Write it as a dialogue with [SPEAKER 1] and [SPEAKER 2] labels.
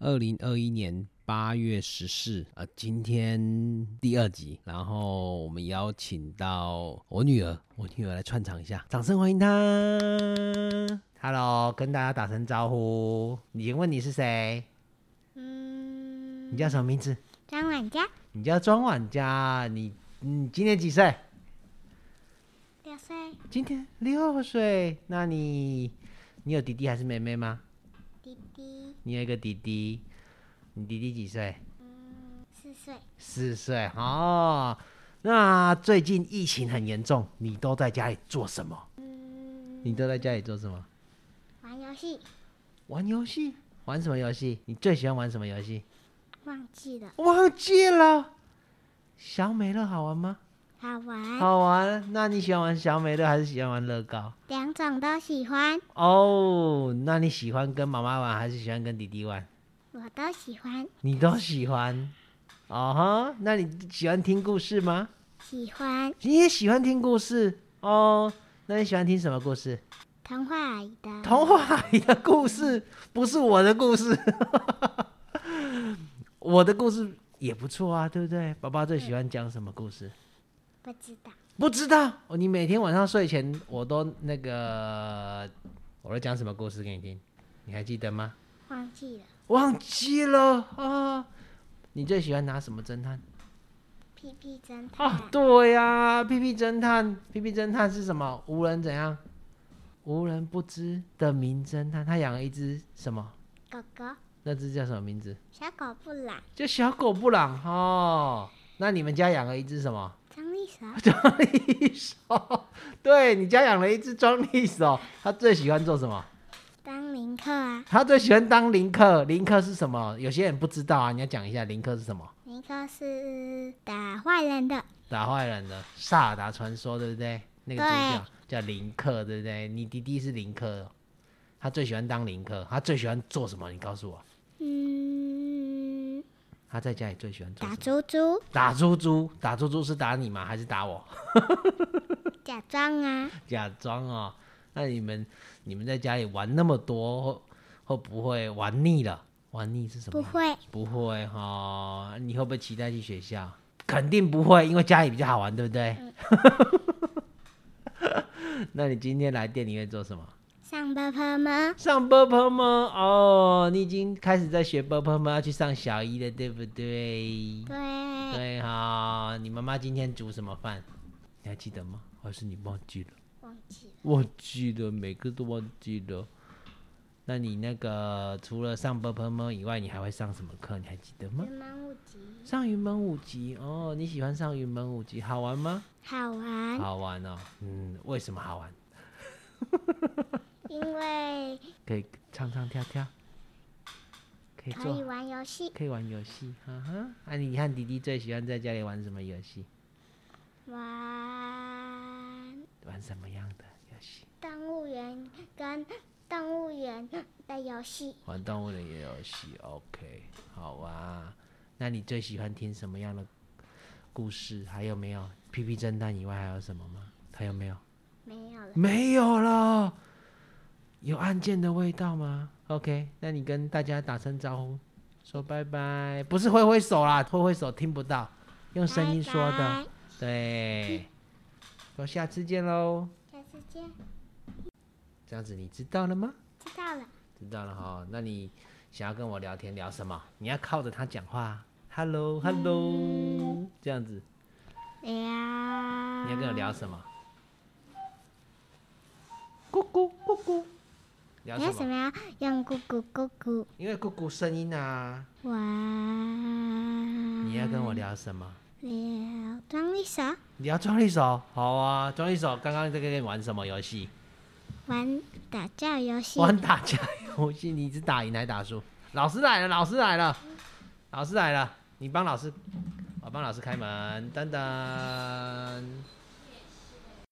[SPEAKER 1] 二零二一年八月十四，呃，今天第二集，然后我们邀请到我女儿，我女儿来串场一下，掌声欢迎她。Hello，跟大家打声招呼。你问你是谁？
[SPEAKER 2] 嗯，
[SPEAKER 1] 你叫什么名字？
[SPEAKER 2] 张婉佳，
[SPEAKER 1] 你叫庄婉佳。你你今年几岁？
[SPEAKER 2] 六岁，
[SPEAKER 1] 今天六岁。那你你有弟弟还是妹妹吗？
[SPEAKER 2] 弟弟
[SPEAKER 1] 你有一个弟弟，你弟弟几岁？
[SPEAKER 2] 四岁，
[SPEAKER 1] 四岁哦。那最近疫情很严重，你都在家里做什么？你都在家里做什么？
[SPEAKER 2] 玩游戏
[SPEAKER 1] 玩游戏？玩什么游戏？你最喜欢玩什么游戏？
[SPEAKER 2] 忘记了，
[SPEAKER 1] 忘记了。小美乐好玩吗？
[SPEAKER 2] 好玩，
[SPEAKER 1] 好玩。那你喜欢玩小美乐还是喜欢玩乐高？
[SPEAKER 2] 两种都喜欢，
[SPEAKER 1] 哦，那你喜欢跟妈妈玩还是喜欢跟弟弟玩？
[SPEAKER 2] 我都喜欢，
[SPEAKER 1] 你都喜欢。哦哈，那你喜欢听故事吗？
[SPEAKER 2] 喜欢
[SPEAKER 1] 你也喜欢听故事哦？那你喜欢听什么故事？
[SPEAKER 2] 童话阿姨的
[SPEAKER 1] 童话里的故事不是我的故事， 我的故事也不错啊，对不对？爸爸最喜欢讲什么故事？
[SPEAKER 2] 不知道，
[SPEAKER 1] 不知道，哦你每天晚上睡前我都那个，我都讲什么故事给你听？你还记得吗？
[SPEAKER 2] 忘记了，
[SPEAKER 1] 忘记了啊！你最喜欢拿什么侦探？
[SPEAKER 2] 屁屁侦探、
[SPEAKER 1] 啊，对呀、屁屁侦探，屁屁侦探是什么？无人怎样？无人不知的名侦探，他养了一只什么？
[SPEAKER 2] 狗狗，
[SPEAKER 1] 那只叫什么名字？
[SPEAKER 2] 小狗布朗，
[SPEAKER 1] 叫小狗布朗哦。那你们家养了一只什么？
[SPEAKER 2] 张丽蛇，
[SPEAKER 1] 装利手。对你家养了一只装利手，它最喜欢做什么？
[SPEAKER 2] 当林克啊，
[SPEAKER 1] 它最喜欢当林克。林克是什么？有些人不知道啊，你要讲一下林克是什么？
[SPEAKER 2] 林克是打坏人的，
[SPEAKER 1] 打坏人的《萨尔达传说》，对不对？那个主
[SPEAKER 2] 对
[SPEAKER 1] 角叫林克，对不对？你弟弟是林克哦，他最喜欢当林克，他最喜欢做什么？你告诉我，
[SPEAKER 2] 嗯，
[SPEAKER 1] 他在家里最喜欢做
[SPEAKER 2] 打
[SPEAKER 1] 什么？
[SPEAKER 2] 猪猪，
[SPEAKER 1] 打猪猪，打猪猪是打你吗？还是打我？
[SPEAKER 2] 假装啊，
[SPEAKER 1] 假装哦。那你们你们在家里玩那么多，会会不会玩腻了？玩腻是什么
[SPEAKER 2] 不
[SPEAKER 1] 意思？
[SPEAKER 2] 会，
[SPEAKER 1] 不会哈、你会不会期待去学校？肯定不会，因为家里比较好玩，对不对？
[SPEAKER 2] 嗯
[SPEAKER 1] 那你今天来店里面做什么？
[SPEAKER 2] 上婆婆吗？
[SPEAKER 1] 上 b u p 吗？哦，你已经开始在学 b u p 吗？要去上小一了，对不对？
[SPEAKER 2] 嗯对，
[SPEAKER 1] 对哈、你妈妈今天煮什么饭？你还记得吗？还是你忘记了？
[SPEAKER 2] 忘记了，
[SPEAKER 1] 忘记了，每个都忘记了。那你那个除了上 b u p 吗以外，你还会上什么课？你还记得吗
[SPEAKER 2] 云？门舞集。
[SPEAKER 1] 上云门舞集哦，你喜欢上云门舞集，好玩吗？
[SPEAKER 2] 好玩，
[SPEAKER 1] 好玩哦，嗯，为什么好玩？
[SPEAKER 2] 因为
[SPEAKER 1] 可以唱唱跳跳，可以
[SPEAKER 2] 可以
[SPEAKER 1] 做，
[SPEAKER 2] 玩游戏，
[SPEAKER 1] 可以玩游戏，哈哈。啊，你看弟弟最喜欢在家里玩什么游戏？
[SPEAKER 2] 玩
[SPEAKER 1] 玩什么样的游戏？
[SPEAKER 2] 动物园跟动物园的游戏，
[SPEAKER 1] 玩动物的游戏，OK，好啊。那你最喜欢听什么样的故事？还有没有？屁屁侦探以外还有什么吗？还有没有？
[SPEAKER 2] 没有了。
[SPEAKER 1] 没有了，有案件的味道吗？OK，那你跟大家打声招呼，说拜拜，不是挥挥手啦，挥挥手听不到，用声音说的。
[SPEAKER 2] 拜拜，
[SPEAKER 1] 对，说下次见喽，
[SPEAKER 2] 下次见，
[SPEAKER 1] 这样子你知道了吗？
[SPEAKER 2] 知道了。
[SPEAKER 1] 知道了哈，那你想要跟我聊天聊什么？你要靠着他讲话，Hello Hello，、这样子，
[SPEAKER 2] 哎呀，
[SPEAKER 1] 你要跟我聊什么？咕咕咕咕，聊
[SPEAKER 2] 你
[SPEAKER 1] 什
[SPEAKER 2] 为什
[SPEAKER 1] 么？
[SPEAKER 2] 么要用咕咕咕咕？
[SPEAKER 1] 因为咕咕声音啊，
[SPEAKER 2] 玩，
[SPEAKER 1] 你要跟我聊什么？
[SPEAKER 2] 聊装一手，
[SPEAKER 1] 你要装一手，好啊，装一手。刚刚在跟你玩什么游戏？
[SPEAKER 2] 玩打架游戏，
[SPEAKER 1] 玩打架游戏，你是打赢还是打输？老师来了，老师来了，老师来了，你帮老师，我帮老师开门，噔噔。